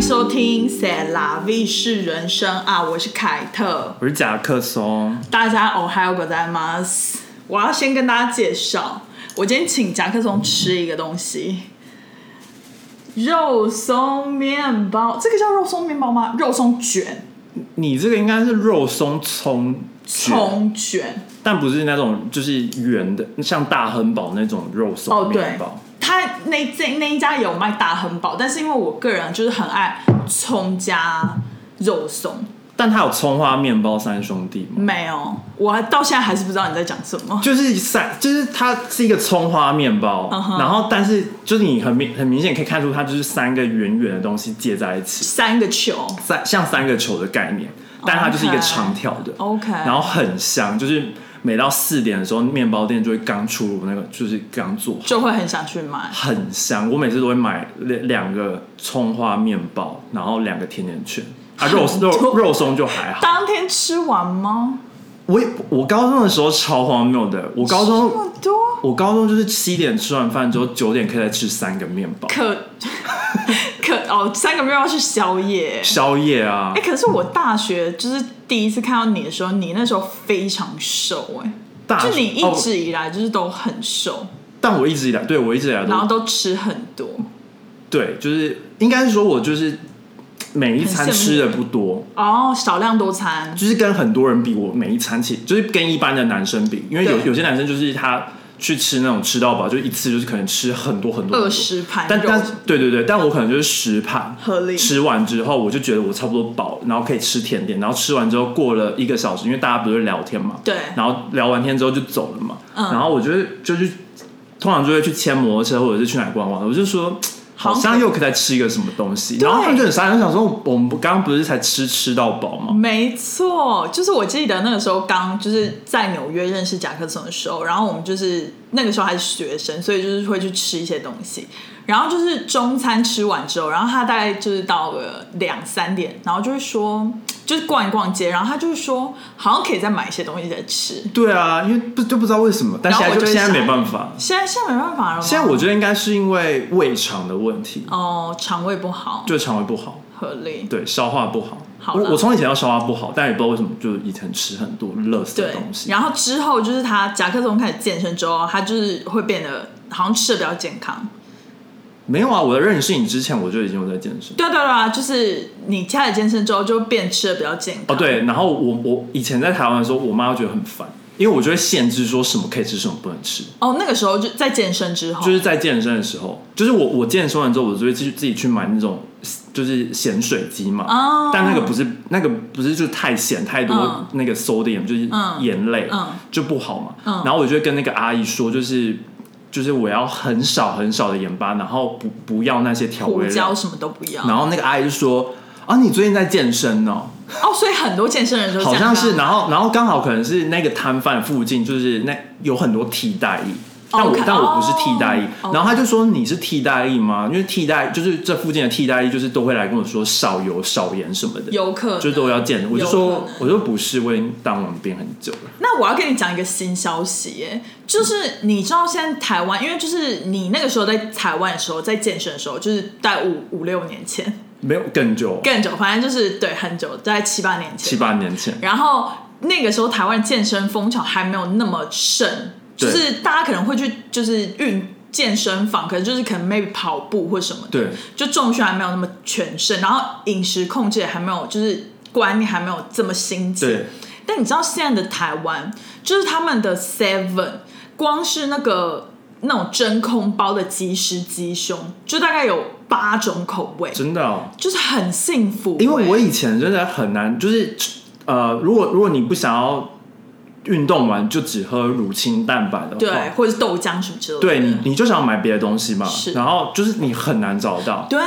收听《塞拉 V 是人生》啊，我是凯特。我是甲克松，大家 o h i o g o z a i m a s 我要先跟大家介绍，我今天请夹克松吃一个东西，肉松面包。这个叫肉松面包吗？肉松卷，你这个应该是肉松葱卷，葱卷。但不是那种就是圆的，像大亨堡那种肉哦，松对面包。，他那这那一家有卖大亨堡，但是因为我个人就是很爱葱加肉松，但它有葱花面包三兄弟嘛，没有，我还到现在还是不知道你在讲什么。就是三，就是它是一个葱花面包嗯哼然后但是就是你很明很明显可以看出它就是三个圆圆的东西接在一起，三个球三像三个球的概念，但它就是一个 OK 长条的哦，OK，然后很香，就是每到四点的时候，面包店就会刚出炉那个，就是刚做好。就会很想去买。很香，我每次都会买两两个葱花面包，然后两个甜甜圈啊，肉很多肉肉松就还好。 当天吃完吗？我也我高中的时候超荒谬的，我高这中么多，我高中就是七点吃完饭之后，九点可以再吃三个面包，可 可哦，三个面包是宵 夜。宵夜啊哎、，可是我大学就是第一次看到你的时候，你那时候非常瘦哎、大就你一哦，直以来就是都很瘦，但我一直以来对我一直以来然后都都吃很多，嗯对，就是应该是说我就是每一餐很羡慕吃的不多，哦，少量多餐，就是跟很多人比，我每一餐起就是跟一般的男生比，因为有对有些男生就是他去吃那种吃到饱，就一次就是可能吃很多很多很多二十盘但肉，但对对对，但我可能就是十盘，合理吃完之后我就觉得我差不多饱，然后可以吃甜点，然后吃完之后过了一个小时，因为大家不是聊天嘛，对然后聊完天之后就走了嘛，嗯然后我就是就是通常就会去牵摩托车或者是去哪里逛逛，我就说。好好像又可以再吃一个什么东西，对然后他们就很傻眼，就想说我们刚刚不是才吃吃到饱吗？没错，就是我记得那个时候刚就是在纽约认识甲克松的时候，然后我们就是那个时候还是学生，所以就是会去吃一些东西。然后就是中餐吃完之后，然后他大概就是到了两三点，然后就会说就是逛一逛街，然后他就是说好像可以再买一些东西再吃。对啊，因为不就不知道为什么，但然现后在我就现在会想没办法。现在现在没办法了吗？现在我觉得应该是因为胃肠的问题，哦肠胃不好，就肠胃不好。合理对，消化不好。好了我我从以前要消化不好，但也不知道为什么，就以前吃很多垃圾的嗯对东。西。然后之后就是他甲克松开始健身之后，他就是会变得好像吃的比较健康。没有啊，我在认识你之前，我就已经有在健身。对啊对啊对啊，就是你家里健身之后就变吃的比较健哦，康。对，然后我我以前在台湾的时候，我妈会觉得很烦，因为我就会限制说什么可以吃，什么不能吃。哦，那个时候就在健身之后，就是在健身的时候，就是我我健身完之后，我就会自己自己去买那种就是咸水鸡嘛，哦但那个不是那个不是就是太咸太嗯多那个 sodium、就是嗯盐类、嗯就不好嘛，嗯然后我就会跟那个阿姨说，就是就是我要很少很少的盐巴，然后不不要那些调胡味椒料，什么都不要。然后那个阿姨就说啊，你最近在健身哦。哦，所以很多健身人都这好样啊像是，然后然后刚好可能是那个摊贩附近，就是那有很多替代役。但我 OK，但我不是替代役哦然后他就说你是替代役吗？因为替代就是这附近的替代役，就是都会来跟我说少油少盐什么的，有可能 就都要见。我就有说可能我就不是，我已经当完兵很久了。那我要跟你讲一个新消息耶，就是你知道现在台湾，因为就是你那个时候在台湾的时候，在健身的时候，就是在五五六年前，没有更久，更久，反正就是对很久，在七八年前七。八年前。然后那个时候台湾健身风潮还没有那么盛，就对是大家可能会去就是运健身房，可能就是可能 maybe 跑步或什么的，对，就重训还没有那么全盛，然后饮食控制也还没有就是观念还没有这么兴起。对，但你知道现在的台湾，就是他们的 Seven，光是那个那种真空包的即食鸡胸，就大概有八种口味，真的、哦，就是很幸福欸、因为我以前真的很难，就是呃，如果如果你不想要运动完就只喝乳清蛋白的话，对，或者是豆浆什么之类的，对你，你就想买别的东西嘛是，然后就是你很难找到，对，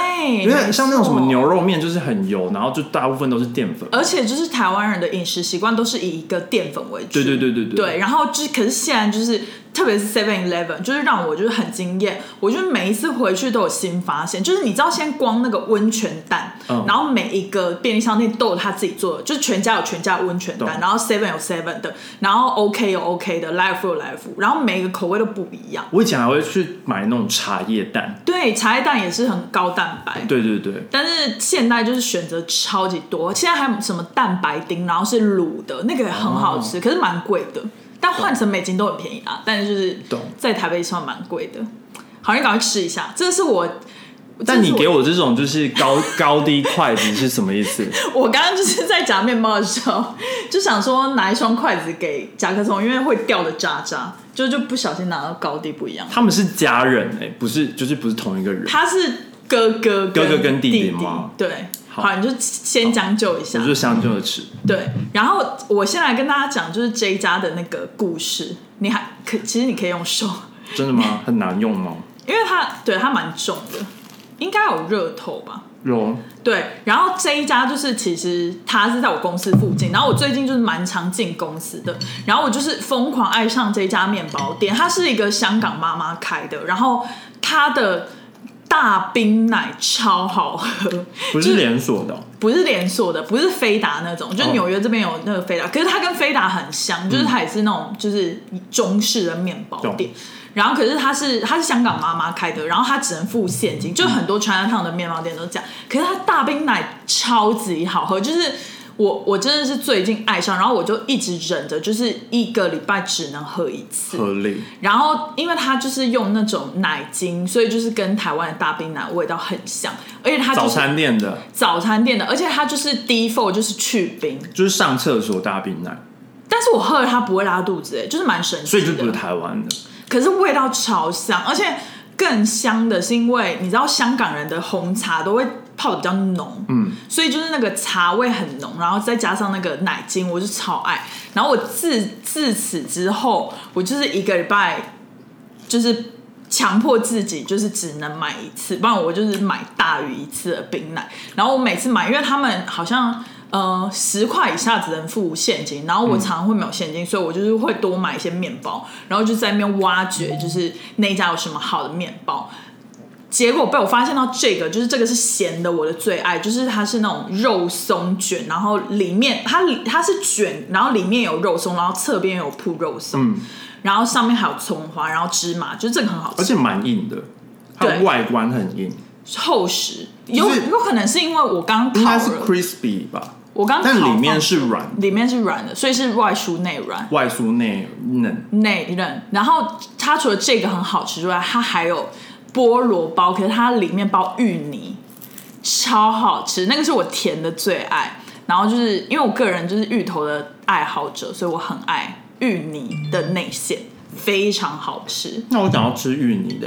因为像那种什么没错呃牛，肉面就是很油，然后就大部分都是淀粉。而且就是台湾人的饮食习惯都是以一个淀粉为主，对对对对对，然后就是可是现在就是特别是 Seven Eleven，就是让我就是很惊艳。我就是每一次回去都有新发现，就是你知道，先光那个温泉蛋，嗯然后每一个便利商店都有他自己做的，就是全家有全家的温泉蛋懂，然后 Seven 有 Seven 的，然后 OK 有 OK 的，Life 有 Life，然后每一个口味都不一样。我以前还会去买那种茶叶蛋，对，茶叶蛋也是很高蛋白，对对对，但是现在就是选择超级多，现在还有什么蛋白丁，然后是卤的，那个也很好吃，可是蛮贵的。但换成美金都很便宜啊，但是就是哦懂在台北算蛮贵的。好，你赶快吃一下，这是我。但你给我，我这种就是高高低筷子是什么意思？ 我刚刚就是在夹面包的时候，就想说拿一双筷子给甲壳虫，因为会掉的渣渣，就就不小心拿到高低不一样。他们是家人哎、不是就是不是同一个人。他是哥哥哥哥跟弟弟弟吗对，好好，你就先将就一下。我就相就的吃，对，然后我先来跟大家讲，就是 J 家的那个故事。你还可，其实你可以用手， 真的吗？很难用吗？因为它对它蛮重的，应该有热透吧。啊有对，然后这一家就是其实它是在我公司附近，然后我最近就是蛮常进公司的，然后我就是疯狂爱上这一家面包店，它是一个香港妈妈开的，然后它的大冰奶超好喝，不是连锁的哦、不是连锁的，不是飞达那种，就是哦嗯纽约这边有那个飞达，可是它跟飞达很像，就是它也是那种就是中式的面包店懂。然后可是它是它是香港妈妈开的，然后它只能付现嗯金，就很多 China Town 的面包店都这样。可是它大冰奶超级好喝，就是我我真的是最近爱上，然后我就一直忍着，就是一个礼拜只能喝一次。合理。然后，因为它就是用那种奶精，所以就是跟台湾的大冰奶味道很像，而且它就早是餐店的早餐店的，而且它就是 default 就是去冰，就是上厕所大冰奶，但是我喝了它不会拉肚子、哎，就是蛮神奇所的。以就不是台湾的。可是味道超香，而且更香的是因为你知道香港人的红茶都会泡的比较浓，嗯，所以就是那个茶味很浓，然后再加上那个奶精，我就超爱。然后我自自此之后，我就是一个礼拜就是强迫自己，就是只能买一次，不然我就是买大于一次的冰奶。然后我每次买，因为他们好像。呃，十块以下只能付现金，然后我常常会没有现金，所以我就是会多买一些面包，然后就在那边挖掘，就是那一家有什么好的面包。结果被我发现到这个，就是这个是咸的，我的最爱，就是它是那种肉松卷，然后里面它里它是卷，然后里面有肉松，然后侧边有铺肉松，嗯，然后上面还有葱花，然后芝麻，就是这个很好而吃，且蛮硬的，它对外观很硬，厚实。有就是有可能是因为我刚应烤该是了， crispy 吧，我刚但烤里面放是软，里面是软的，所以是外酥内软外酥内嫩。内韧。然后它除了这个很好吃之外，它还有菠萝包，可是它里面包芋泥，超好吃。那个是我甜的最爱。然后就是因为我个人就是芋头的爱好者，所以我很爱芋泥的内馅，非常好吃。那我想要吃芋泥的，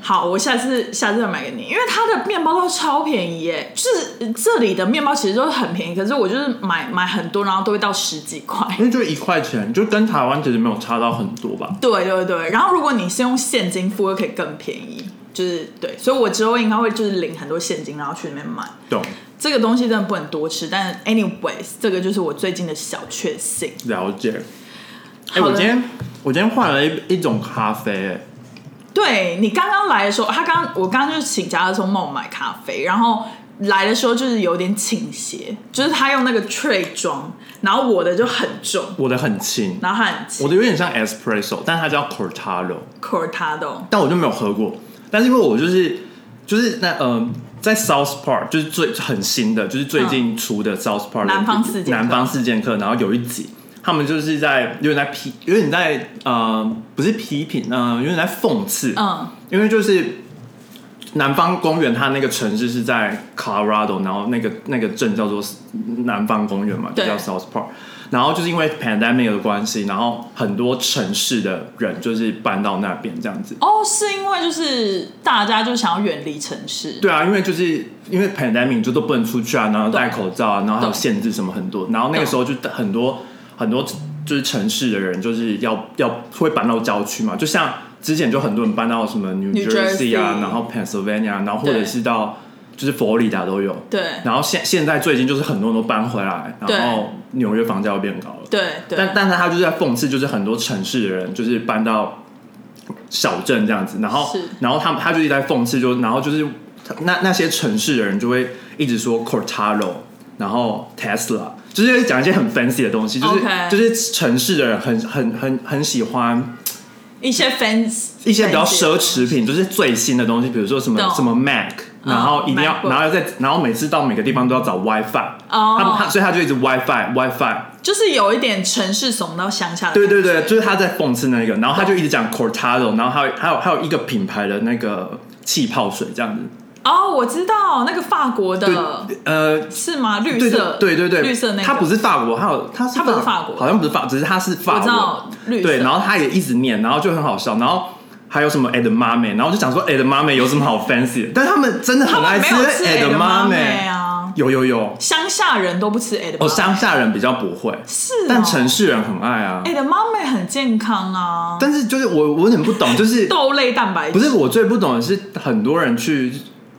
好，我下次下次再买给你，因为它的面包都超便宜耶，就是这里的面包其实都很便宜，可是我就是买买很多，然后都会到十几块。 因为就一块钱，就跟台湾其实没有差到很多吧。对对对，然后如果你是用现金付，又可以更便宜，就是对，所以我之后应该会就是领很多现金，然后去那边买。懂，这个东西真的不能多吃，但 anyways，这个就是我最近的小确幸。了解。哎、好我的今天我今天换了一一种咖啡、哎对你刚刚来的时候，他刚我刚刚就是请家乐聪帮我买咖啡，然后来的时候就是有点倾斜，就是他用那个 tray 装，然后我的就很重，我的很轻，然后他很我的有点像 espresso，但它叫 cortado。 cortado，但我就没有喝过。但是因为我就是就是那呃，在 South Park 就是最很新的，就是最近出的 South Park 的嗯南方四剑客南方四剑客，然后有一集他们就是在有点在批，有点在呃不是批评，呃有点在讽刺，嗯，因为就是。南方公园，它那个城市是在 Colorado，然后那个那个镇叫做南方公园嘛，就对叫 South Park。然后就是因为 pandemic 的关系，然后很多城市的人就是搬到那边这样子。哦，是因为就是大家就想要远离城市，对啊，因为就是因为 pandemic 就都不能出去啊，然后戴口罩啊，然后还有对限制什么很多，然后那个时候就很多很多就是城市的人就是要要会搬到郊区嘛，就像之前就很多人搬到什么 New New Jersey 啊， Jersey 然后 Pennsylvania，啊然后或者对是到就是佛罗里达都有，对然后现现在最近就是很多人都搬回来，对然后纽约房价又变高了，对对，但但是他就是在讽刺，就是很多城市的人就是搬到小镇这样子，然后是然后他们他就一直在讽刺，就然后就是那那些城市的人就会一直说 Cortaro，然后 Tesla，就是讲一些很 fancy 的东西，就是 OK 就是城市的人很很很很喜欢一些 fans 一些比较奢侈品，就是最新的东西，比如说什么懂什么 Mac，嗯然后一定要， MacBook 然后再，然后每次到每个地方都要找 WiFi，哦他他所以他就一直 WiFi WiFi，就是有一点城市怂到乡下的，对对对，就是他在讽刺那个，然后他就一直讲 Cortado，然后还有还有还有一个品牌的那个气泡水这样子，哦，我知道那个法国对的，呃，是吗？嗯绿对色，对对对，绿色那个，他不是法国，他有他是它不是法国好像不是法，只是他是法我国，知道绿色，对，然后他也一直念，然后就很好笑，然后。还有什么 edamame，然后我就想说 edamame 有什么好 fancy 的？但他们真的他很爱们没有吃 edamame， edamame 啊，有有有，乡下人都不吃 edamame，哦，乡下人比较不会，是、哦哎但城市人很爱啊。 edamame 很健康啊，但是就是我我有点不懂，就是豆类蛋白质不是我最不懂的是很多人去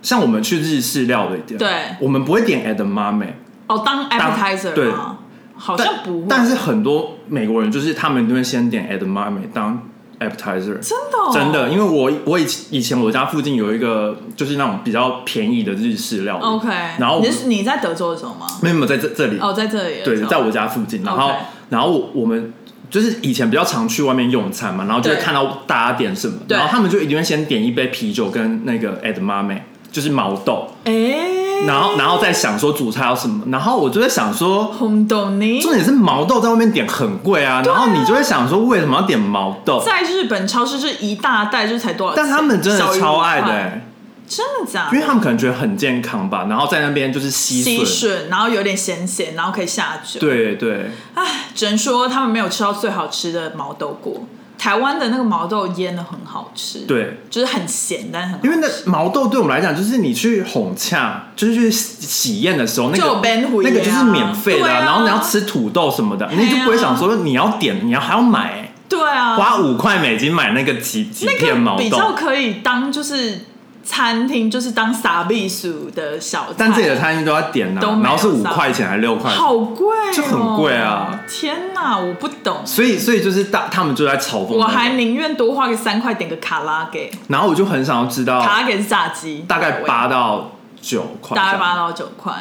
像我们去日式料理店，对我们不会点 edamame，哦，当 appetizer 对吗？好但像不会，但是很多美国人就是他们就会先点 edamame 当 appetizer。真的、哦、真的，因为我我以以前我家附近有一个就是那种比较便宜的日式料理 OK，然后我你是你在德州的时候吗？没有没有在这这里哦，在这里的时对，候，在我家附近。然后 OK 然后我我们就是以前比较常去外面用餐嘛，然后就会对看到大家点什么，对然后他们就一定会先点一杯啤酒跟那个 edamame，就是毛豆，哎、然后然后再想说主菜要什么，然后我就会想说。红豆泥重点是毛豆在外面点很贵啊，然后你就会想说为什么要点毛豆？在日本超市是一大袋，就是才多少钱？但他们真小的于超爱的、五块欸，真的假因为的？他们可能觉得很健康吧，然后在那边就是吸吸吮，吮，然后有点咸咸，然后可以下酒。对对，唉，只能说他们没有吃到最好吃的毛豆锅。台湾的那个毛豆腌的很好吃，对，就是很咸，但是很好因为那毛豆对我们来讲，就是你去哄恰，就是去喜宴的时候，那就有个班回那个就是啊免费的啊、对啊然后你要吃土豆什么的，啊你就不会想说你要点，你要还要买，对啊，花五块美金买那个几几那片毛个比较豆。可以当就是餐厅，就是当傻避暑的小菜，但这里的餐厅都要点啊都，没有然后是五块钱还是六块钱，好贵、哦，就很贵啊！天哪，我不懂，所以所以就是大他们就在嘲讽那个我还宁愿多花个三块点个卡拉给，然后我就很想要知道卡拉给是炸鸡，哦大概八，到九块这样，大概八到九块。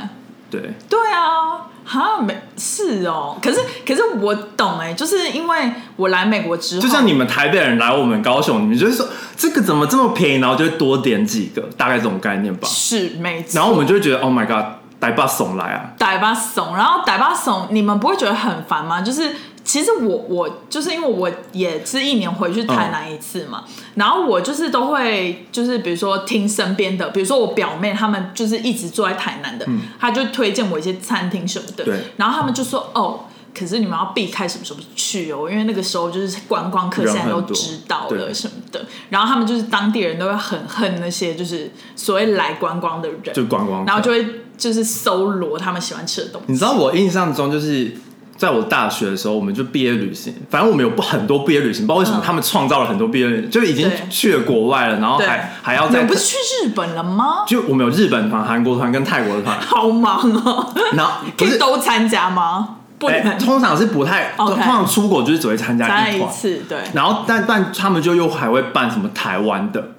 对，对啊，哈，没是哦。可是可是我懂哎、就是因为我来美国之后，就像你们台北人来我们高雄，你们就会说这个怎么这么便宜，然后就会多点几个，大概这种概念吧。是没错，然后我们就会觉得 Oh my God，台北怂来啊！逮巴怂，然后逮巴怂，你们不会觉得很烦吗？就是其实我我就是因为我也是一年回去台南一次嘛，然后我就是都会就是比如说听身边的，比如说我表妹她们就是一直住在台南的，她就推荐我一些餐厅什么的嗯对，然后她们就说哦。可是你们要避开什么时候去哦，因为那个时候就是观光客人现在都很多知道了对什么的，然后他们就是当地人都会很恨那些就是所谓来观光的人，就观光客然后就会就是搜罗他们喜欢吃的东西。你知道我印象中就是。在我大学的时候，我们就毕业旅行，反正我们有不很多毕业旅行，不知道为什么嗯他们创造了很多毕业旅行，就已经对去了国外了，然后对还还要你再们不是去日本了吗？，就我们有日本团、韩国团跟泰国 团好忙哦，然后可不以是都参加吗？不哎、能，通常是不太 OK 通常出国就是只会参参加加一一团，次，对。然后但但他们就又还会办什么台 湾的，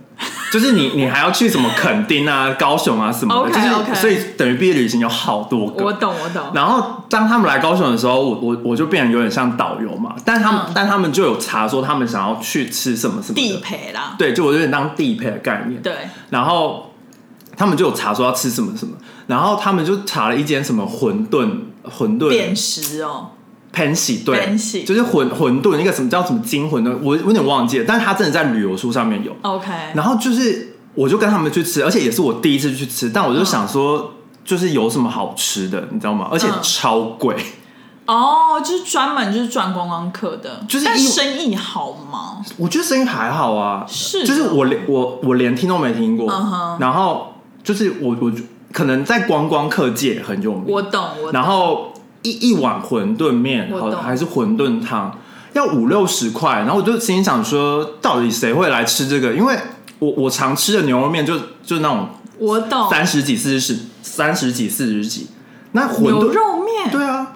就是你你还要去什么垦丁啊、高雄啊什么的 OK，就 OK 是所以等于毕业旅行有好多我个。懂，我懂。然后当他们来高雄的时候，我我我就变得有点像导游嘛，但他们、嗯但他们就有查说他们想要去吃什么什么地的，陪啦，对，就我有点当地陪的概念。对，然后他们就有查说要吃什么什么，然后他们就查了一间什么馄饨馄饨扁食哦， Pansy 对 Pansy 就是馄馄饨一个什么叫什么金馄饨，我我有点忘记了，但是它真的在旅游书上面有。 OK，然后就是我就跟他们去吃，而且也是我第一次去吃，但我就想说，就是有什么好吃的，你知道吗？而且嗯超贵，哦，就是专门就是赚观光客的，就是但因为生意好吗？我觉得声音还好啊，是就是我连我我连听都没听过，嗯哼然后就是我我可能在观光客界很有名，我懂，我懂然后一一碗馄饨面，我好懂还是馄饨汤，要五六十块。然后我就心想说，到底谁会来吃这个？因为我我常吃的牛肉面就就那种我懂。三十几、四十、三十几、四十几，那馄牛饨肉面，对啊，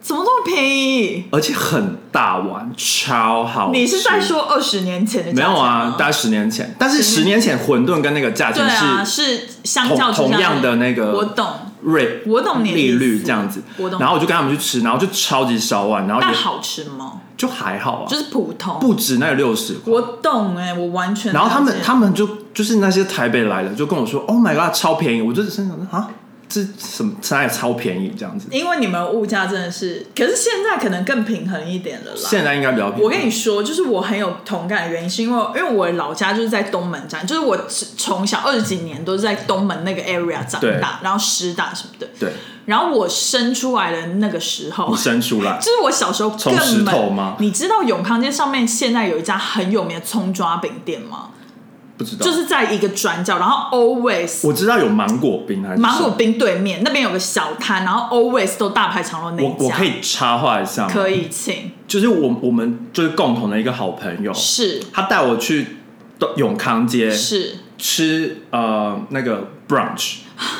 怎么这么便宜？而且很大碗，超好吃。你是在说二十年前的哦没价钱有吗啊？大概十年前，但是十年前馄饨跟那个价对钱啊，是是相同较之下同样的那个我懂，瑞啊我懂你的意利思率这样子我懂。然后我就跟他们去吃，然后就超级少碗，然后但也好吃吗？就还好啊，就是普通。不止那有六十块。我懂哎、我完全了解。然后他们他们就就是那些台北来的就跟我说，Oh my god，超便宜！我就心想说啊，这什么哪里超便宜这样子？因为你们物价真的是，可是现在可能更平衡一点了啦。现在应该比较便宜。啊我跟你说，就是我很有同感的原因，是因为因为我老家就是在东门站，就是我从小二十几年都是在东门那个 area 长对大，然后师大什么的。对，然后我生出来的那个时候你，生 出来就是我小时候从更石头猛吗你知道永康街上面现在有一家很有名的葱抓饼店吗？不知道，就是在一个转角，然后 always 我知道有芒果冰还是芒什果么冰对面那边有个小摊，然后 always 都大排长龙那一我我家。可以插话一下吗？可以，请就是我我们就是共同的一个好朋友，是他带我去东永康街是，吃呃那个 brunch，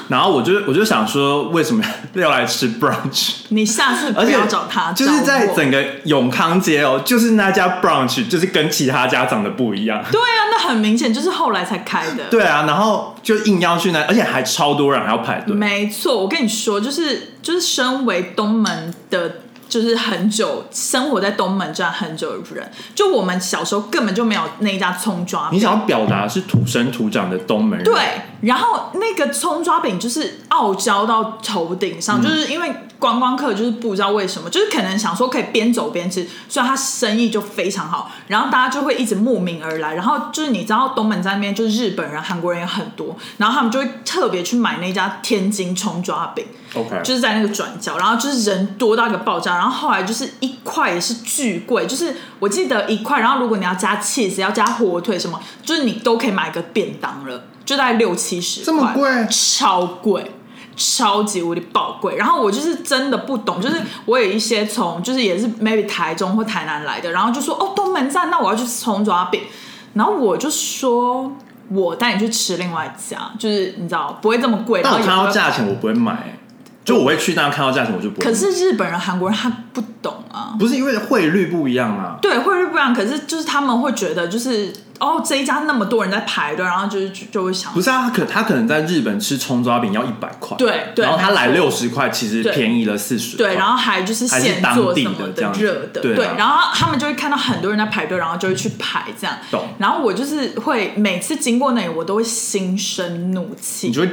然后我就我就想说为什么要来吃 brunch？你下次而不且要找他，就是在找我整个永康街哦，就是那家 brunch，就是跟其他家长得不一样。 对啊，那很明显就是后来才开的。对啊，然后就硬要去那，而且还超多人还要排队。没错，我跟你说，就是就是身为东门的，就是很久生活在东门站很久的人，就我们小时候根本就没有那一家葱抓你饼。想要表达是土生土长的东门人，对，然后那个葱抓饼就是傲娇到头顶上，就是因为观光客就是不知道为什么，就是可能想说可以边走边吃，所以他生意就非常好，然后大家就会一直慕名而来。然后就是你知道东门站那边就是日本人、韩国人也很多，然后他们就会特别去买那家天津葱抓饼。 ，OK，就是在那个转角，然后就是人多到一个爆炸，然后后来就是一块也是巨贵，就是我记得一块，然后如果你要加 cheese，要加火腿什么，就是你都可以买个便当了，就大概六七十，这么贵超贵。超级无敌宝贵，然后我就是真的不懂，就是我有一些从就是也是 maybe 台中或台南来的，然后就说哦东门站，那我要去吃葱抓饼，然后我就说我带你去吃另外一家，就是你知道不会这么贵，然但后我也看不到会价钱我不会买，就我会去，但看到价钱我就不会买。可是日本人、韩国人他不懂啊，不是因为汇率不一样啊？对，汇率不一样，可是就是他们会觉得就是哦这一家那么多人在排队，然后就是就就会想不，是啊，他可他可能在日本吃葱抓饼要一百块，对对然后他来没六错十块，其实对便宜了四十。对，然后还就是哦还是现当做地什的么这样子热的，对啊对，然后他们就会看到很多人在排队，然后就会去排这样懂，然后我就是会每次经过那里，我都会心生怒气，你就会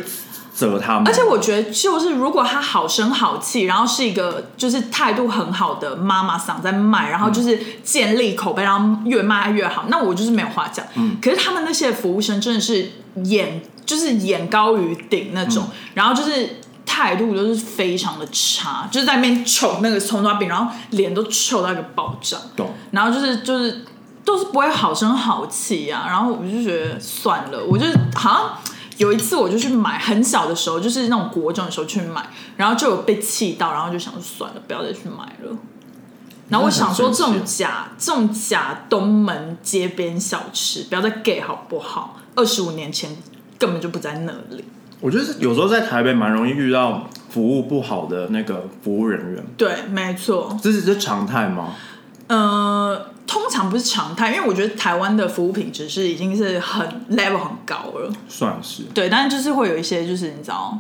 责他们。而且我觉得，就是如果她好声好气，然后是一个就是态度很好的妈妈桑在卖，然后就是建立口碑，然后越卖越好，那我就是没有话讲。嗯，可是他们那些服务生真的是眼就是眼高于顶那种，然后就是。态度都是非常的差，就是在那边瞅那个葱抓饼，然后脸都臭到一个爆炸，懂。然后就是就是都是不会好声好气啊。然后我就觉得算了，我就好像有一次我就去买，很小的时候就是那种国中的时候去买，然后就有被气到，然后就想说算了，不要再去买了。然后我想说，这种假这种假东门街边小吃，不要再给好不好？二十五年前根本就不在那里。我觉得有时候在台北蛮容易遇到服务不好的那个服务人员，对，没错。这是这是常态吗？呃，通常不是常态，因为我觉得台湾的服务品质是已经是很 level 很高了。算是，对，但是就是会有一些，就是你知道，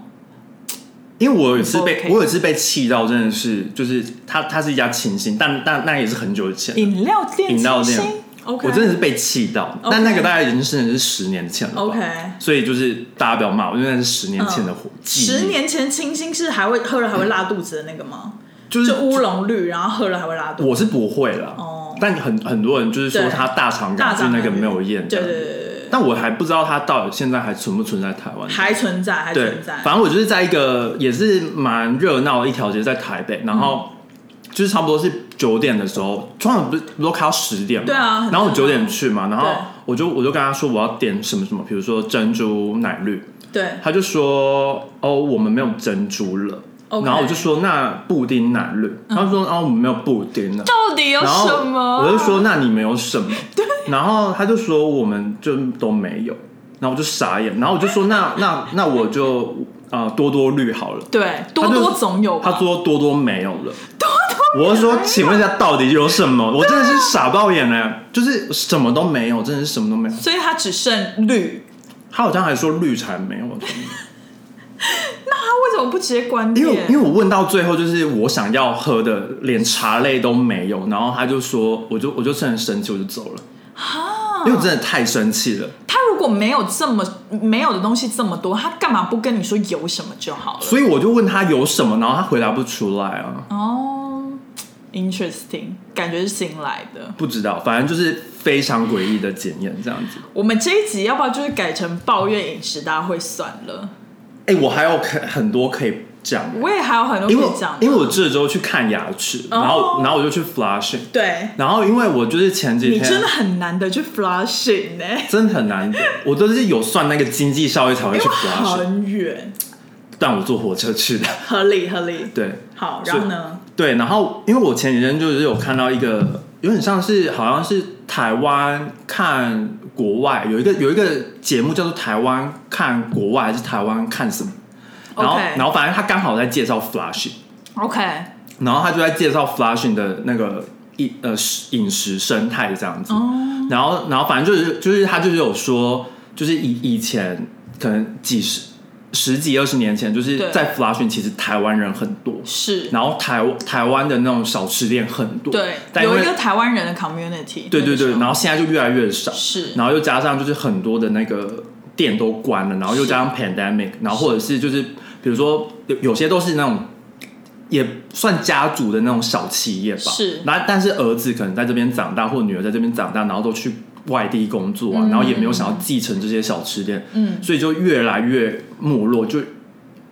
因为我有一次被嗯 OK 我有一次被气到，真的是就是他他是一家清新，但但那也是很久以前，饮料店、饮料店清新，OK，我真的是被气到。 OK 哦但那个大概已经是是十年前了吧 OK 所以就是大家不要骂我，因为那是十年前的火记忆，嗯十年前清新是还会喝了还会拉肚子的那个吗？就是就乌龙绿，然后喝了还会拉肚子。我是不会啦，哦但很很多人就是说对他大肠大杆菌肠那个杆菌没有验，对对对对对，但我还不知道它到底现在还存不存在台湾。还存在，还对存，在。反正我就是在一个也是蛮热闹的一条街，在台北，然嗯后就是差不多是九点的时候，通常不是不都开到十点嘛？对啊很然后我正常九点去嘛，然后对我就我就跟他说我要点什么什么，比如说珍珠奶绿，对，他就说哦我们没有珍珠了 OK 嗯然后我就说那布丁奶绿，他就说哦我们没有布丁了。到底有然后什么？我就说那你们有什 么？然后他就说我们就都没有，然后我就傻眼，然后我就说那那那我就呃多多绿好了。对，多他就多总有吧他说多多没有了，多多我是说，请问一下，到底有什么？啊我真的是傻爆眼了，就是什么都没有，真的是什么都没有。所以它只剩绿。他好像还说绿茶没有，那它啊为什么不直接关因店？为因为我问到最后，就是我想要喝的，连茶类都没有，然后他就说，我就我就真的生气，我就走了，啊因为我真的太生气了。他如果没有这么没有的东西这么多，他干嘛不跟你说有什么就好了？所以我就问他有什么，然后他回答不出来啊，哦，interesting，感觉是新来的。不知道，反正就是非常诡异的检验这样子。我们这一集要不要就是改成抱怨饮食大会算了？哎、我还有很很多可以讲，我也还有很多可因为以讲的，哦因为我这周去看牙齿，然后然后我就去 flushing，对然后因为我就是前几你天真的很难得去 flushing 呢、真的很难得，我都是有算那个经济效益才会因去为 flushing，很远，但我坐火车去的，合理合理。对好，然后呢？对，然后因为我前几天就是有看到一个有点像是好像是台湾看国外有一个有一个节目叫做台湾看国外还是台湾看什么，然后 OK 然后反正他刚好在介绍 flushing。 OK，然后他就在介绍 Flushing 的那个饮呃食饮食生态这样子。哦然后然后反正就是就是他就是有说，就是以以前可能几十十几二十年前，就是对在 Flushing 其实台湾人很多，是，然后台台湾的那种小吃店很多，对，但因有为一个台湾人的 community，对对对，然后后现在就越来越少，是然后又加上就是很多的那个店都关了，然后又加上 pandemic，然后或者是就是比如说有有些都是那种也算家族的那种小企业吧，是那但是儿子可能在这边长大，或女儿在这边长大，然后都去外地工作啊，嗯然后也没有想要继承这些小吃店，嗯所以就越来越没落，就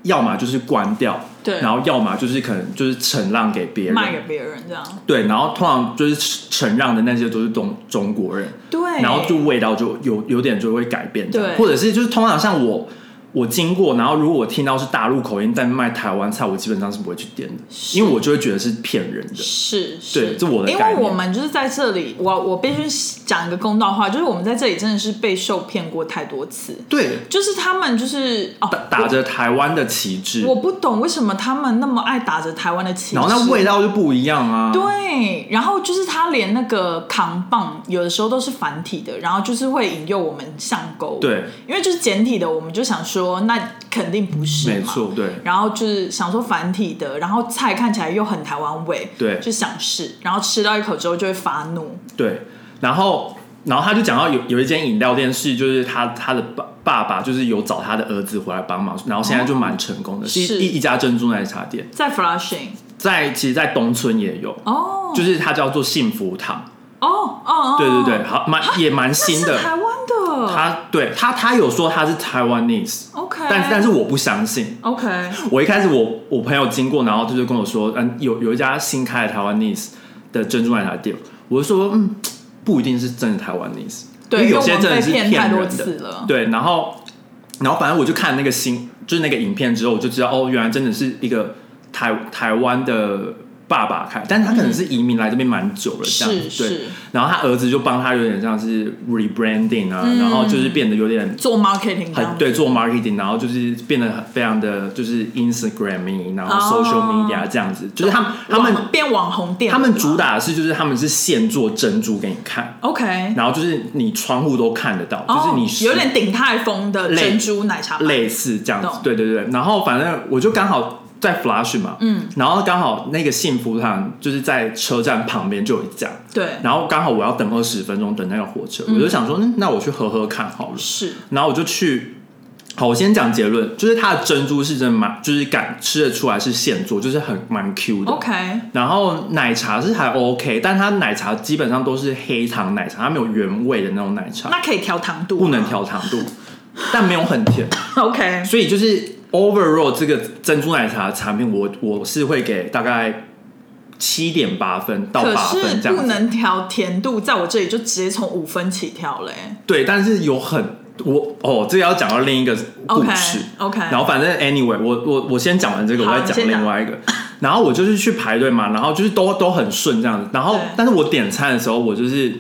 要么就是关掉，对然后要么就是可能就是承让给别人，卖给别人这样，对，然后通常就是承让的那些都是中中国人，对，然后就味道就有有点就会改变这样，对或者是就是通常像我我经过，然后如果我听到是大陆口音在卖台湾菜，我基本上是不会去点的，因为我就会觉得是骗人的。是，对是这我的因概为念我们就是在这里，我我必须讲一个公道话，就是我们在这里真的是被受骗过太多次，对，就是他们就是哦打，打着台湾的旗帜我，我不懂为什么他们那么爱打着台湾的旗帜，然后那味道就不一样啊。对，然后就是他连那个扛棒有的时候都是繁体的，然后就是会引诱我们上钩，，对，因为就是简体的，我们就想说那肯定不是，没。错，对然后就是想说繁体的，然后菜看起来又很台湾味，对就想试，然后吃到一口之后就会发怒，对。然后然后他就讲到有有一间饮料店是就是他他的爸爸爸就是有找他的儿子回来帮忙，然后现在就蛮成功的，是哦是一一一家珍珠奶茶店，在 Flushing 在其实，在东村也有。哦，就是它叫做幸福堂，哦哦哦，啊对对对，好蛮也蛮新是台的。湾的，他对他他有说他是 Taiwanese， OK，但但是我不相信。 OK 我一开始我我朋友经过，然后他就跟我说，嗯，有有一家新开的 Taiwanese 的珍珠奶茶店，我就说嗯，不一定是真的 Taiwanese，对，因为有因为些我真们被的是骗太骗多人的。次了，对，然后然后反正我就看那个新就是那个影片之后，我就知道哦，原来真的是一个台台湾的爸爸开，但是他可能是移民来这边蛮久了，这样子嗯是对。是然后他儿子就帮他有点像是 rebranding 啊，嗯然后就是变得有点做 marketing 这样很对做 marketing，然后就是变得很非常的就是 Instagram，然后哦 social media 这样子，就是他们他网们变网红店嘛，他们主打的是就是他们是现做珍珠给你看， OK，然后就是你窗户都看得到，哦就是你实有点顶泰丰的类珍珠奶茶吧，类似这样子懂，对对对。然后反正我就刚好在 Flush 嘛，嗯，然后刚好那个幸福堂就是在车站旁边就有一家，对，然后刚好我要等二十分钟等那个火车，我就想说，嗯，那我去喝喝看好了。是然后我就去，好，我先讲结论，就是它的珍珠是真的蛮，就是感吃得出来是现做，就是很蛮 Q 的。 OK，然后奶茶是还 OK，但它奶茶基本上都是黑糖奶茶，它没有原味的那种奶茶，那可以调糖度吗，不能调糖度，但没有很甜。 OK，所以就是 overall 这个珍珠奶茶的产品我，我是会给大概七点八分到可八是分这不样子。能调甜度，在我这里就直接从五分起跳欸嘞、对，但是有很我哦，这个要讲到另一个故 OK 事。 OK，然后反正 anyway，我我我先讲完这个，好我再你先讲讲另外一个。然后我就是去排队嘛，然后就是都都很顺这样子。然后对但是我点餐的时候，我就是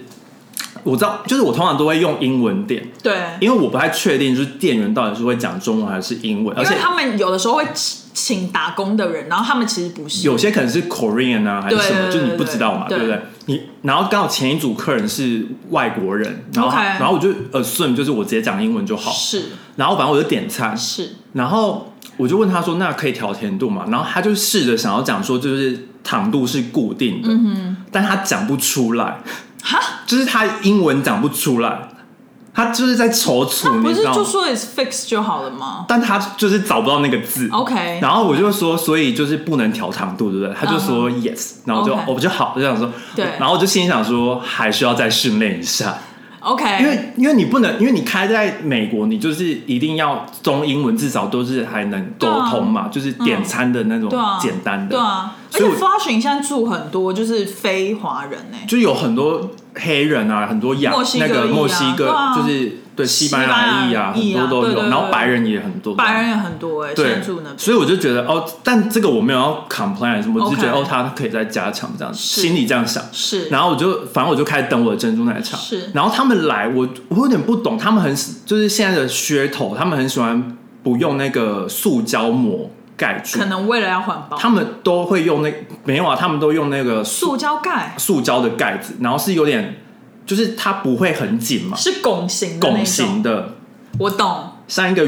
我知道，就是我通常都会用英文点，对，因为我不太确定就是店员到底是会讲中文还是英文，而因且为他们有的时候会请打工的人，然后他们其实不是，有些可能是 Korean 啊还是什么，对对就对你不知道嘛，对对不对？你然后刚好前一组客人是外国人，然后 OK 然后我就 assume 就是我直接讲英文就好，是然后反正我就点菜，是，然后我就问他说：“那可以调甜度嘛？”然后他就试着想要讲说，就是糖度是固定的，嗯但他讲不出来，哼，哈，就是他英文讲不出来，他就是在踌躇，不你是知道就吗？说 is fix 就好了吗但他就是找不到那个字。哦？OK，然后我就说，所以就是不能调糖度，对不对？他就说 yes，、然后我就哦哦 OK 我就好，我就想说，对然后我就心里想说，还是要再训练一下， OK，因为因为你不能，因为你开在美国，你就是一定要中英文，至少都是还能沟通嘛，就是点餐的那嗯种对啊，简单的，对啊，而所以且我 Flushing 现在住很多就是非华人欸呢、就有很多黑人啊，很多亚墨西哥那个裔啊墨西哥，对啊就是对西班牙裔啊，西班牙裔啊很多都有，对对对然后白人也很多，白人也很多哎、欸，现对在住那，边。所以我就觉得哦，但这个我没有要 complain 什么，我只是觉得 OK 哦，他可以再加强这样，是心里这样想。是，然后我就反正我就开始等我的珍珠奶茶。是然后他们来，我我有点不懂，他们很喜就是现在的噱头，他们很喜欢不用那个塑胶膜盖住可，能为了要环保，他们都会用那没有啊，他们都用那个塑塑胶盖塑胶的盖子，然后是有点就是它不会很紧嘛，是拱形的那拱种，形的，我懂。像一个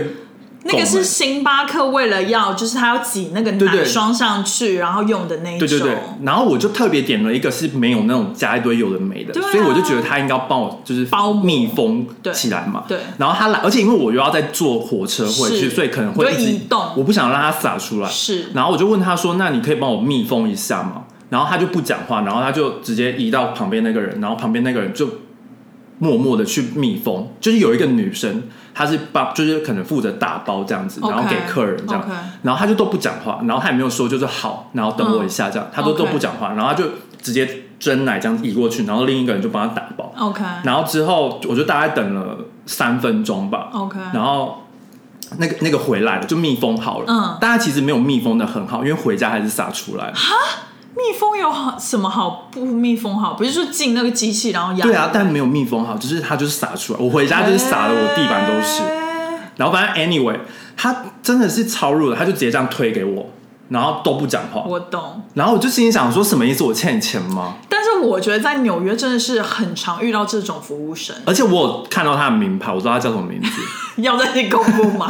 那个拱门是星巴克为了要，就是他要挤那个对对奶霜上去，然后用的那一对种。对对，然后我就特别点了一个是没有那种加一堆有的没的，对啊所以我就觉得他应该帮我就是包膜密封对起来嘛。对然后他来，而且因为我又要再坐火车回去，是所以可能会一直你会移动我不想让它洒出来。是然后我就问他说：“那你可以帮我密封一下吗？”然后他就不讲话，然后他就直接移到旁边那个人，然后旁边那个人就默默的去密封。就是有一个女生，她是帮，就是可能负责打包这样子，然后给客人这样。 OK，OK 然后他就都不讲话，然后他也没有说就是好，然后等我一下这样，他都 OK 都不讲话，然后他就直接蒸奶这样移过去，然后另一个人就帮他打包。 OK 然后之后我就大概等了三分钟吧， OK，然后那个那个回来了，就密封好了。嗯但它其实没有密封的很好，因为回家还是洒出来了。密封有好什么好不密封好？不是说进那个机器然后压？对啊，但没有密封好，就是它就是洒出来。我回家就是洒的，我地板都是。哎然后反正 anyway，他真的是超弱的，他就直接这样推给我，然后都不讲话。我懂，然后我就心里想说，什么意思？我欠你钱吗？但是我觉得在纽约真的是很常遇到这种服务生， 而且我有看到他的名牌，我知道他叫什么名字。要在这公布吗？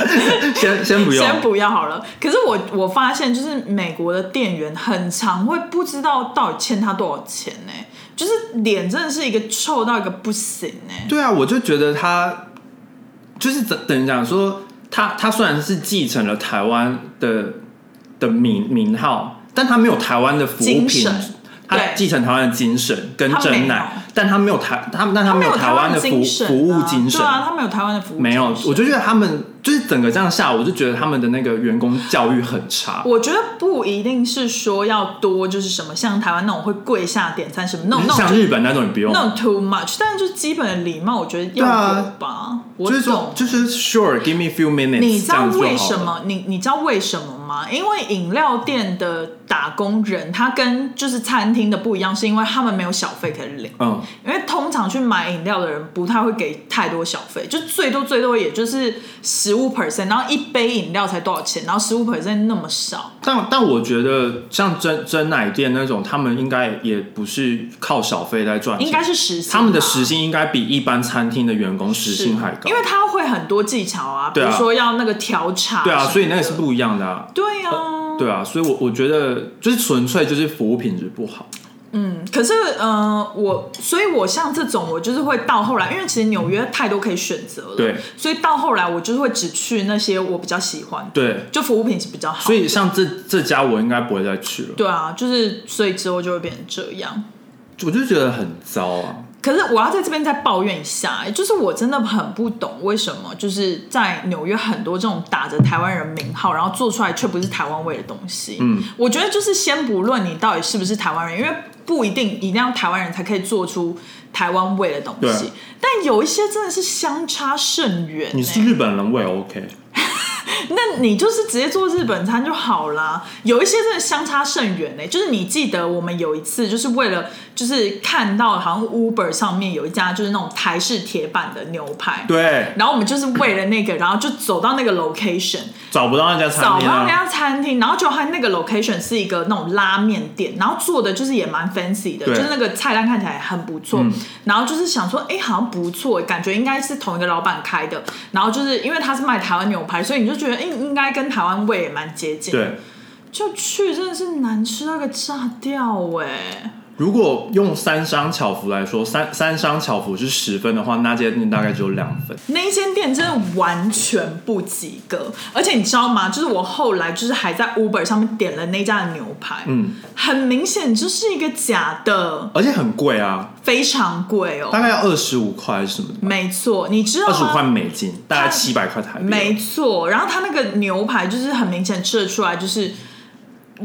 先先 不用，先不要好了。可是我我发现，就是美国的店员很常会不知道到底欠他多少钱呢、就是脸真的是一个臭到一个不行呢、对啊，我就觉得他就是等等于讲说，他他虽然是继承了台湾的的名名号，但他没有台湾的服务精品神，他对继承台湾的精神跟他没真有奶，但他没有台他但他没没有台湾湾的服精神、啊，服务精神对。啊，他没有台湾的服务精神，没有，我就觉得他们就是整个这样下，我就觉得他们的那个员工教育很差。我觉得不一定是说要多，就是什么像台湾那种会跪下点餐什么那种那种嗯像日本那种也不用，那种 too much，但是就基本的礼貌，我觉得要对啊有吧。我就是说懂，就是 sure give me a few minutes，你知道这样就好了为什？么？你你知道为什么吗？因为饮料店的打工人，他跟就是餐厅的不一样，是因为他们没有小费可以领。嗯，因为通常去买饮料的人不太会给太多小费，就最多最多也就是十五 percent，然后一杯饮料才多少钱，然后十五 percent 那么少，但但我觉得像真真奶店那种，他们应该也不是靠小费来赚钱，应该是时薪吧。他们的时薪应该比一般餐厅的员工时薪还高，因为他会很多技巧啊，比对啊如说要那个调茶什么对的。啊，所以那个是不一样的啊，对啊，对啊，所以我我觉得就是纯粹就是服务品质不好，嗯，可是，呃，我，所以我像这种，我就是会到后来，因为其实纽约太多可以选择了，对，所以到后来我就是会只去那些我比较喜欢的，对，就服务品质比较好。所以像这这家我应该不会再去了，对啊，就是所以之后就会变成这样。我就觉得很糟啊，可是我要在这边再抱怨一下，就是我真的很不懂为什么就是在纽约很多这种打着台湾人名号，然后做出来却不是台湾味的东西。嗯，我觉得就是先不论你到底是不是台湾人，因为不一定一定要台湾人才可以做出台湾味的东对啊西。但有一些真的是相差甚远、欸。你是日本人我也 OK，那你就是直接做日本餐就好啦。有一些真的相差甚远呢、就是你记得我们有一次就是为了就是看到好像 Uber 上面有一家就是那种台式铁板的牛排，对，然后我们就是为了那个，然后就走到那个 location，找不到那家找餐不厅到那啊，家餐厅，然后就它那个 location 是一个那种拉面店，然后做的就是也蛮 fancy 的，对就是那个菜单看起来很不错，嗯然后就是想说，哎、好像不错，感觉应该是同一个老板开的，然后就是因为他是卖台湾牛排，所以你就觉得，哎、应该跟台湾味也蛮接近，对。就去真的是难吃到个炸掉哎、如果用三商巧福来说，三三商巧福是十分的话，那间店大概只有两分。那一间店真的完全不及格，而且你知道吗？就是我后来就是还在 Uber 上面点了那家的牛排，嗯，很明显就是一个假的，而且很贵啊，非常贵哦。大概要二十五块什么的，没错，你知道二十五块吗？美金，大概七百块台币。哦没错，然后它那个牛排就是很明显吃得出来，就是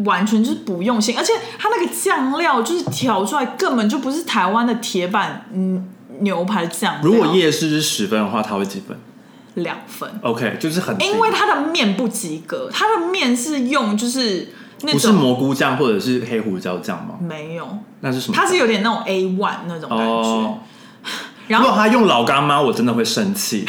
完全就是不用心，而且它那个酱料就是调出来根本就不是台湾的铁板嗯牛排酱料，如果夜市是十分的话，它会几分两分， ？OK，就是很低因为它的面不及格，它的面是用就是那不是种蘑菇酱或者是黑胡椒酱吗？没有，那是什么？它是有点那种 A one 那种感觉，哦。然如后果他用老干妈，我真的会生气，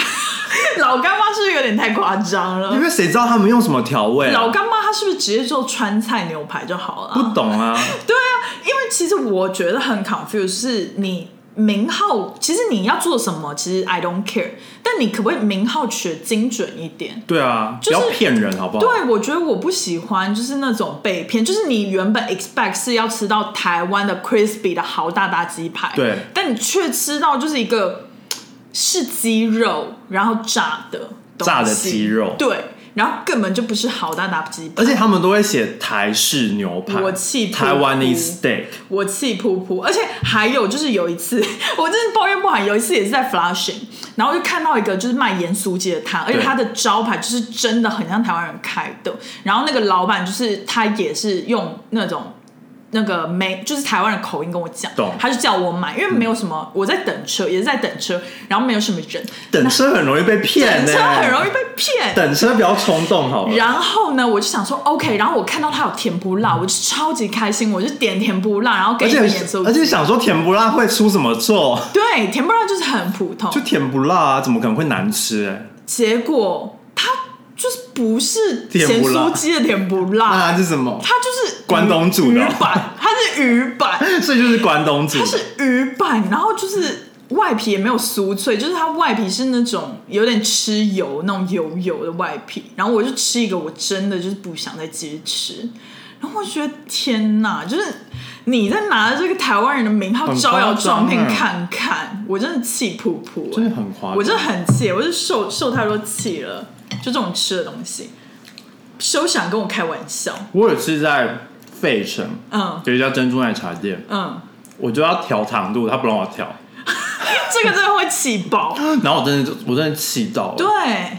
老干妈是不是有点太夸张了？因为谁知道他们用什么调味、老啊？干妈它是不是直接做川菜牛排就好了啊？不懂啊，因为其实我觉得很 confused，是你名号，其实你要做什么，其实 I don't care，但你可不可以名号取得精准一点？对啊，就是不要骗人好不好？对，啊我觉得我不喜欢就是那种被骗，就是你原本 expect 是要吃到台湾的 crispy 的豪大大鸡排，对，但你却吃到就是一个是鸡肉，然后炸的东西炸的鸡肉对，然后根本就不是豪大大鸡排，而且他们都会写台式牛排，我气噗噗台湾 i steak，我气噗噗，而且还有就是有一次， 我真的抱怨不好，有一次也是在 Flushing，然后就看到一个就是卖盐酥鸡的摊，而且它的招牌就是真的很像台湾人开的，然后那个老板就是他也是用那种。那个没，就是台湾的口音跟我讲懂，他就叫我买，因为没有什么，我在等车，也是在等车，然后没有什么人，等车很容易被骗等呢、车很容易被骗，等车不要冲动好了。然后呢，我就想说 OK，然后我看到他有甜不辣，我就超级开心，我就点甜不辣，然后给而你且个盐酥鸡而且想说甜不辣会出什么错？ 对，甜不辣就是很普通就。甜不辣啊，怎么可能会难吃、欸？结果它就是不是甜咸不辣酥鸡的甜不辣，啊那是什么？ 它就是鱼关东煮鱼的哦板，它是鱼板，所以就是关东煮它。是鱼板，然后就是外皮也没有酥脆，就是它外皮是那种有点吃油那种油油的外皮。然后我就吃一个，我真的就是不想再继续吃。然后我觉得天哪，就是你在拿着这个台湾人的名号很招摇夸张撞骗欸看看，我真的气噗噗、欸，真的很夸张我真的很气，我是受受太多气了，就这种吃的东西。休想跟我开玩笑，我有次在费城嗯有一家珍珠奶茶店，嗯，我就要调糖度，他不让我调，这个真的会气爆，然后我真的就我真的气到了。嗯对。啊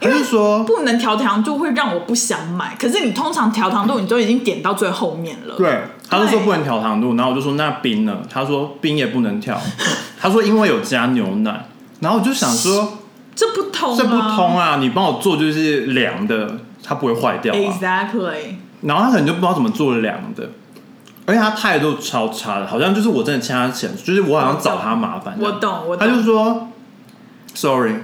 他就说，不能调糖度会让我不想买，可是你通常调糖度你都已经点到最后面了。，对，他就说对不能调糖度，然后我就说那冰呢？他说冰也不 能调，他说因为有加牛奶，然后我就想说这不通、啊，这不通啊，你帮我做就是凉的，它不会坏掉啊。 Exactly，然后他可能就不知道怎么做凉的，而且他态度超差的，好像就是我真的欠他钱，就是我好像找他麻烦。我懂，我他懂。就说 sorry，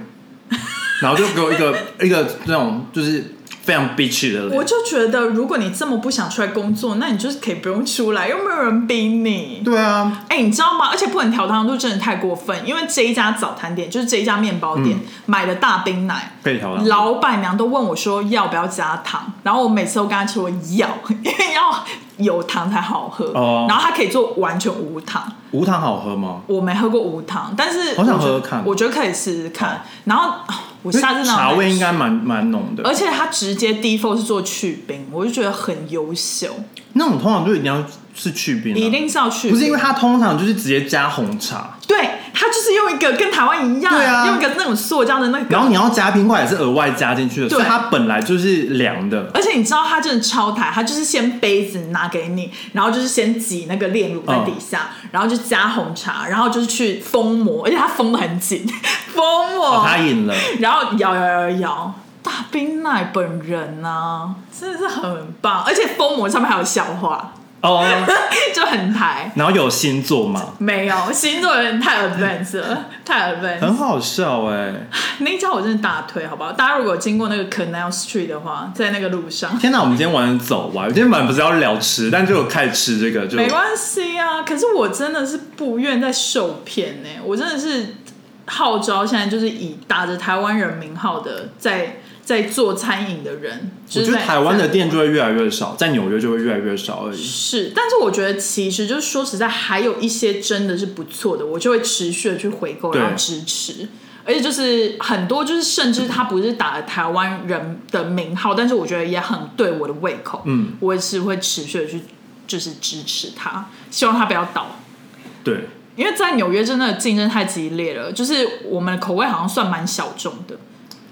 然后就给我一个 一个那种就是非常 bitch 的我脸。就觉得，如果你这么不想出来工作，那你就是可以不用出来，又没有人逼你。对啊，哎、你知道吗？而且不能调糖度真的太过分，因为这一家早餐店，就是这一家面包店、嗯买的大冰奶，可以调糖度。老板娘都问我说要不要加糖，然后我每次都跟她说要， 因为要有糖才好喝。哦然后她可以做完全无糖，无糖好喝吗？我没喝过无糖，但是好想我觉得喝喝看我觉得可以试试看好。然后啊我下次茶让我来味试应该蛮蛮浓的，而且它直接 default 是做去冰，我就觉得很优秀，那种通常就一定要是去冰、啊，一定是要去冰。不是因为它通常就是直接加红茶，对它就是用一个跟台湾一样，对啊用一个那种塑胶的那个。然后你要加冰块也是额外加进去的，对所以它本来就是凉的，而且你知道它真的超台，它就是先杯子拿给你，然后就是先挤那个炼乳在底下，嗯然后就加红茶，然后就是去封膜，而且它封的很紧，封膜， 哦，它赢了，然后摇摇摇摇摇，大冰奶本人呐、真的是很棒，而且封膜上面还有笑话， 哦，就很台。然后有星座嘛，没有星座有点太 advanced 了，太 advanced。很好笑哎、那一家我真的大推，好不好？大家如果经过那个 Canal Street 的话，在那个路上，天哪，我们今天晚上走完，今天晚上不是要聊吃，但就有开始吃这个，就没关系啊。可是我真的是不愿再受骗呢、我真的是号召现在就是以打着台湾人名号的在在做餐饮的人，就我是觉得在台湾的店就会越来越少，在纽约就会越来越少而已。是，但是我觉得其实就是说实在，还有一些真的是不错的，我就会持续的去回购，对然后支持。而且就是很多，就是甚至他不是打了台湾人的名号，但是我觉得也很对我的胃口，嗯，我也是会持续的去就是支持他，希望他不要倒。对，因为在纽约真的竞争太激烈了，就是我们的口味好像算蛮小众的，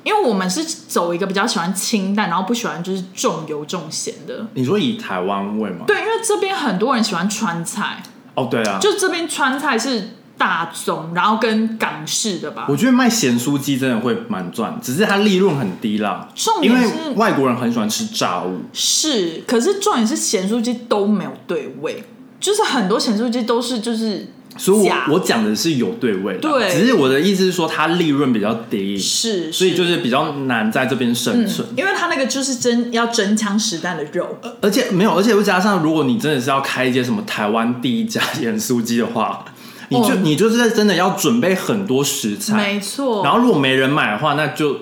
因为我们是走一个比较喜欢清淡，然后不喜欢就是重油重咸的。你说以台湾味吗？对，因为这边很多人喜欢川菜，哦，对啊，就这边川菜是大宗，然后跟港式的吧。我觉得卖咸酥鸡真的会蛮赚，只是它利润很低啦。重因点为是外国人很喜欢吃炸物，是，可是重点是咸酥鸡都没有对味，就是很多咸酥鸡都是就是所以假我我讲的是有对味啦，对只是我的意思是说它利润比较低，是，嗯所以就是比较难在这边生是存。因为它那个就是真要真枪实弹的肉，而且没有，而且又加上，如果你真的是要开一间什么台湾第一家盐酥鸡的话，你就、哦你就是在真的要准备很多食材，没错。然后如果没人买的话，那就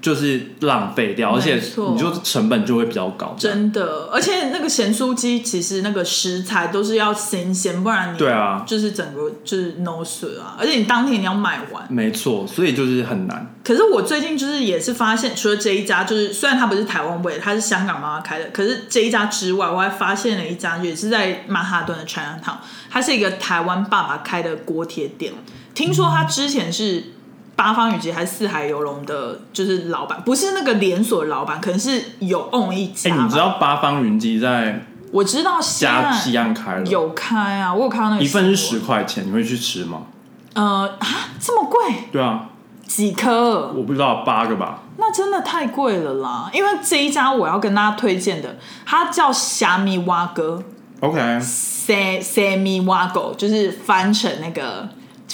就是浪费掉，而且没错你就成本就会比较高。真的，而且那个咸酥鸡其实那个食材都是要新鲜，不然你对啊就是整个就是 no 损啊，而且你当天你要买完。没错，所以就是很难。可是我最近就是也是发现，除了这一家，就是虽然它不是台湾味，它是香港妈妈开的，可是这一家之外，我还发现了一家也是在曼哈顿的 China Town，它是一个台湾爸爸开的锅贴店。听说他之前是八方雨集还是四海游龙的，就是老板，不是那个连锁的老板，可能是有 own 一哎、家。你知？道八方云鸡在 我知道西加岸西岸开了，啊有开啊， 我有看到那个一份是新十闻，块钱，你会去吃吗？呃啊，这么贵，对啊，几颗？我不知道八个吧。那真的太贵了啦！因为这一家我要跟大家推荐的，它叫虾米蛙哥 OK， （Sa Sammy Wago），就是翻成那个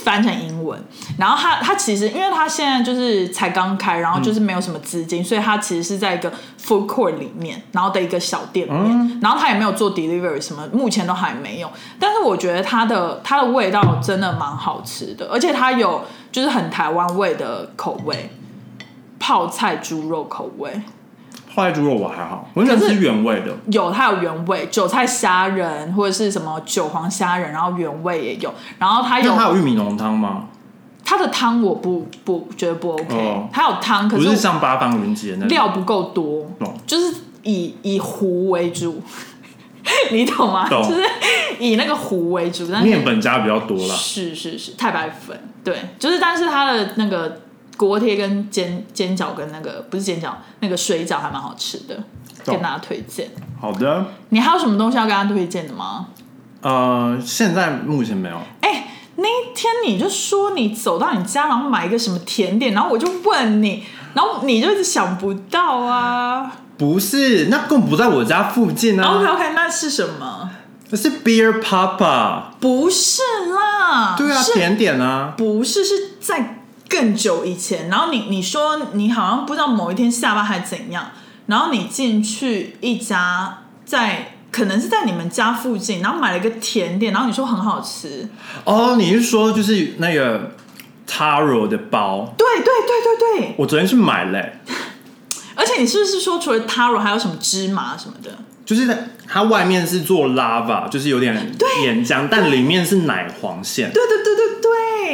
翻成英文。然后它它其实，因为它现在就是才刚开，然后就是没有什么资金，所以它其实是在一个 food court 里面，然后的一个小店里面，然后它也没有做 delivery 什么，目前都还没有。但是我觉得它的它的味道真的蛮好吃的，而且它有就是很台湾味的口味。泡菜猪肉口味，泡菜猪肉我还好，我想可是吃原味的。有它有原味，韭菜虾仁或者是什么韭黄虾仁，然后原味也有，然后它有那它有玉米浓汤吗？它的汤我不不觉得不 OK，、哦它有汤，可不是是像八方云集的那种。料不够多，懂就是以以糊为主， 你懂吗？懂就是以那个糊为主，但是面粉加比较多啦。是是是，太白粉，对，就是但是它的那个锅贴跟煎煎饺跟那个不是煎饺，那个水饺还蛮好吃的，懂跟大家推荐。好的，你还有什么东西要跟大家推荐的吗？呃，现在目前没有。哎、那一天你就说你走到你家，然后买一个什么甜点，然后我就问你，然后你就一直想不到啊。不是，那根本不在我家附近 OK 啊。 OK，那是什么？那是 Beer Papa，不是啦，对啊，是甜点啊。不是是在更久以前？然后你你说你好像不知道某一天下班还怎样，然后你进去一家在。可能是在你们家附近，然后买了一个甜点，然后你说很好吃，哦，你是说就是那个 Taro 的包？对对对对对，我昨天去买嘞、而且你是不是说除了 taro 还有什么芝麻什么的？就是它外面是做 lava，就是有点岩浆，但里面是奶黄馅，对对对对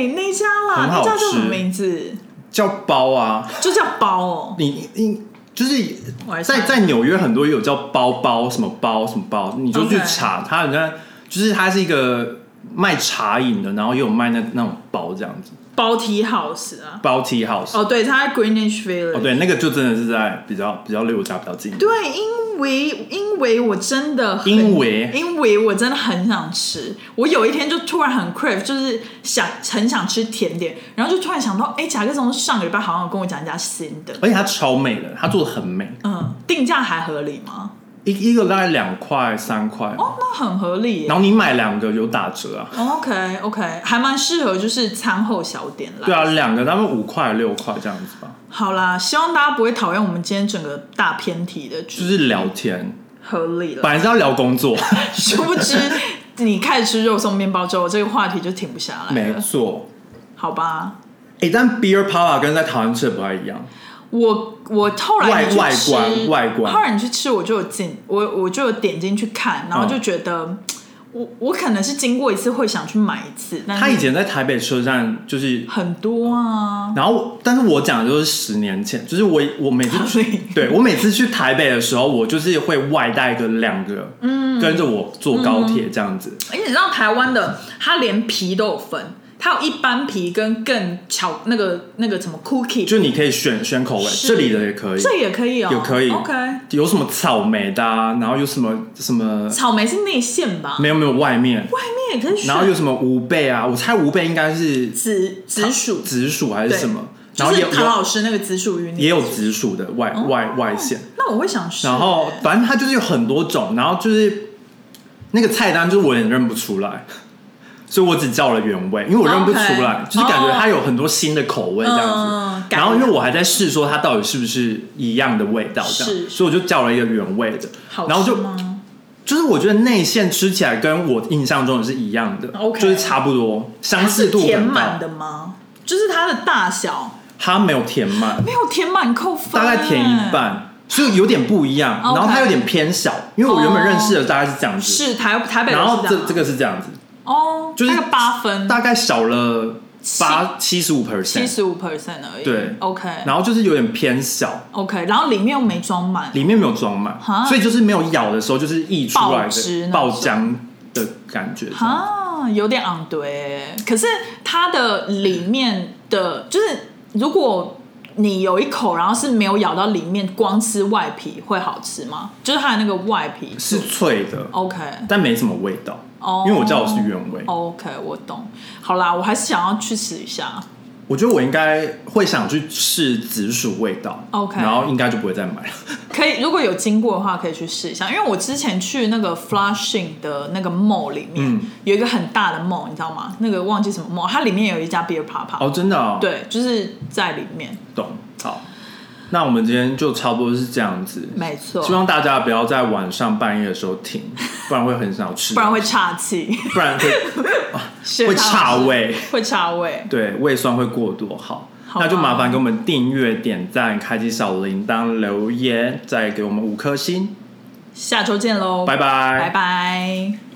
对，那一家啦，很那好家叫什么吃名字？叫包啊。就叫包哦。你你就是我来在查在纽约很多有叫包包什么包什么包，你就去 OK 查它，人家就是它是一个卖茶饮的，然后也有卖那那种包这样子，包 Tea House 啊。包 tea house。哦哦，对，它在 Greenwich Village。哦，对，那个就真的是在比较比较离我家比较近。对因因为因为我真的很因为因为我真的很想吃，我有一天就突然很 crave，就是想很想吃甜点，然后就突然想到，哎，甲克松上个礼拜好像有跟我讲一家新的，而且它超美的，它做的很美，嗯，定价还合理吗？一一个大概两块三块，哦，那很合理耶然。后你买两个有打折啊。 OK OK，还蛮适合就是餐后小点啦。对啊，两个他们五块六块这样子吧，好啦，希望大家不会讨厌我们今天整个大偏题的就剧，是聊天，合理本了。来是要聊工作， 殊不知你开始吃肉松面包之后，这个话题就停不下来没了，错。好吧？哎、但 beer pala 跟在台湾吃的不太一样，我我后来你去外吃外观外观后来你去吃，我就有进我我就有点进去看，然后就觉得、我我可能是经过一次会想去买一次，但是他以前在台北车站就是，很多啊，然后我但是我讲的就是十年前，就是我我每次 所以对我每次去台北的时候，我就是会外带个两个，嗯，跟着我坐高铁这样子，而且你知道台湾的，它连皮都有分，它有一般皮跟更巧那个那个什么 cookie，就你可以选选口味，是这里的也可以，这也可以哦，也可以 OK，有什么草莓的、啊，然后有什么什么草莓是内馅吧？没有没有外面，外面也可以选，然后有什么五倍啊，我猜五倍应该是紫紫薯，紫薯还是对什么，就然后是也有唐老师那哦个紫薯云，也有紫薯的外外外馅。那我会想吃。然后反正它就是有很多种，然后就是那个菜单就是我有点认不出来， 所以我只叫了原味，因为我认不出来 OK 就是感觉它有很多新的口味这样子。嗯改然后因为我还在试说它到底是不是一样的味道这样，是所以我就叫了一个原味的，好然后吃就吗？就是我觉得内馅吃起来跟我印象中的是一样的 OK 就是差不多，相它似是度填很满高。的吗？就是它的大小它没有填满，没有填满扣分，大概填一。半，所以有点不一样。 OK 然后它有点偏小，因为我原本认识的大概是这样子，是台台北人然后是这样这个是这样子，哦，就是大概八分，大概少了八七十五七 percent，十五 percent 而已。对，OK，然后就是有点偏小， OK，然后里面又没装满，里面没有装满哈，所以就是没有咬的时候就是溢出来爆汁的那爆种浆的感觉。这样啊，有点昂对。可是它的里面的，就是如果你有一口，然后是没有咬到里面，光吃外皮会好吃吗？就是它的那个外皮是脆的， OK 但没什么味道，哦，因为我叫的是原味。 OK，我懂。好啦，我还是想要去吃一下。我觉得我应该会想去试紫薯味道 OK 然后应该就不会再买了。可以，如果有经过的话，可以去试一下。因为我之前去那个 Flushing 的那个 mall 里面、嗯有一个很大的 mall，你知道吗？那个忘记什么 mall，它里面有一家 beer pub，、哦，真的哦，对，就是在里面，懂。好，那我们今天就差不多是这样子。没错，希望大家不要在晚上半夜的时候听，不然会很少 吃，不然会岔气，不然会血 会糖岔 是，啊胃，会岔胃。对胃酸会过多。好，好吧那就麻烦给我们订阅、点赞、开启小铃铛、留言，再给我们五颗星，下周见喽，拜拜拜。